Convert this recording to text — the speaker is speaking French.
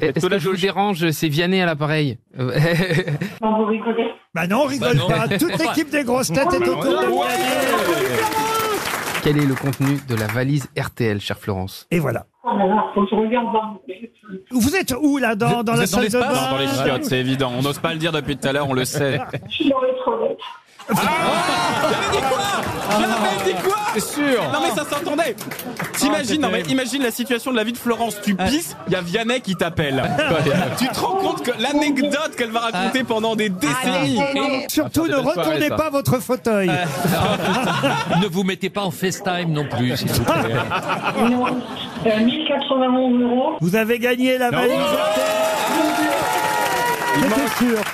Est-ce que je vous dérange C'est Vianney à l'appareil. Euh, Quand vous rigolez. Bah non, Bah rigole non. pas. Toute l'équipe des grosses têtes est autour de moi. Quel est le contenu de la valise RTL, chère Florence Et voilà. Oh là là, faut que je regarde dans mon Vous êtes où là dans, dans Vous la êtes dans salle de l'espace bain Dans les chiottes, c'est évident. On n'ose pas le dire depuis tout à l'heure, on le sait. Je suis dans les toilettes. J'avais dit Ah, quoi C'est sûr Non mais ça s'entendait T'imagines, non mais imagine la situation de la vie de Florence. Tu pisses, il y a Vianney qui t'appelle. tu te rends compte que l'anecdote qu'elle va raconter Ah. pendant des décennies Ah, Surtout ne soirée, retournez ça. pas votre fauteuil. Ne vous mettez pas en FaceTime non plus, s'il vous plaît. Non, euh, 1091 euros. Vous avez gagné la valise. C'était sûr.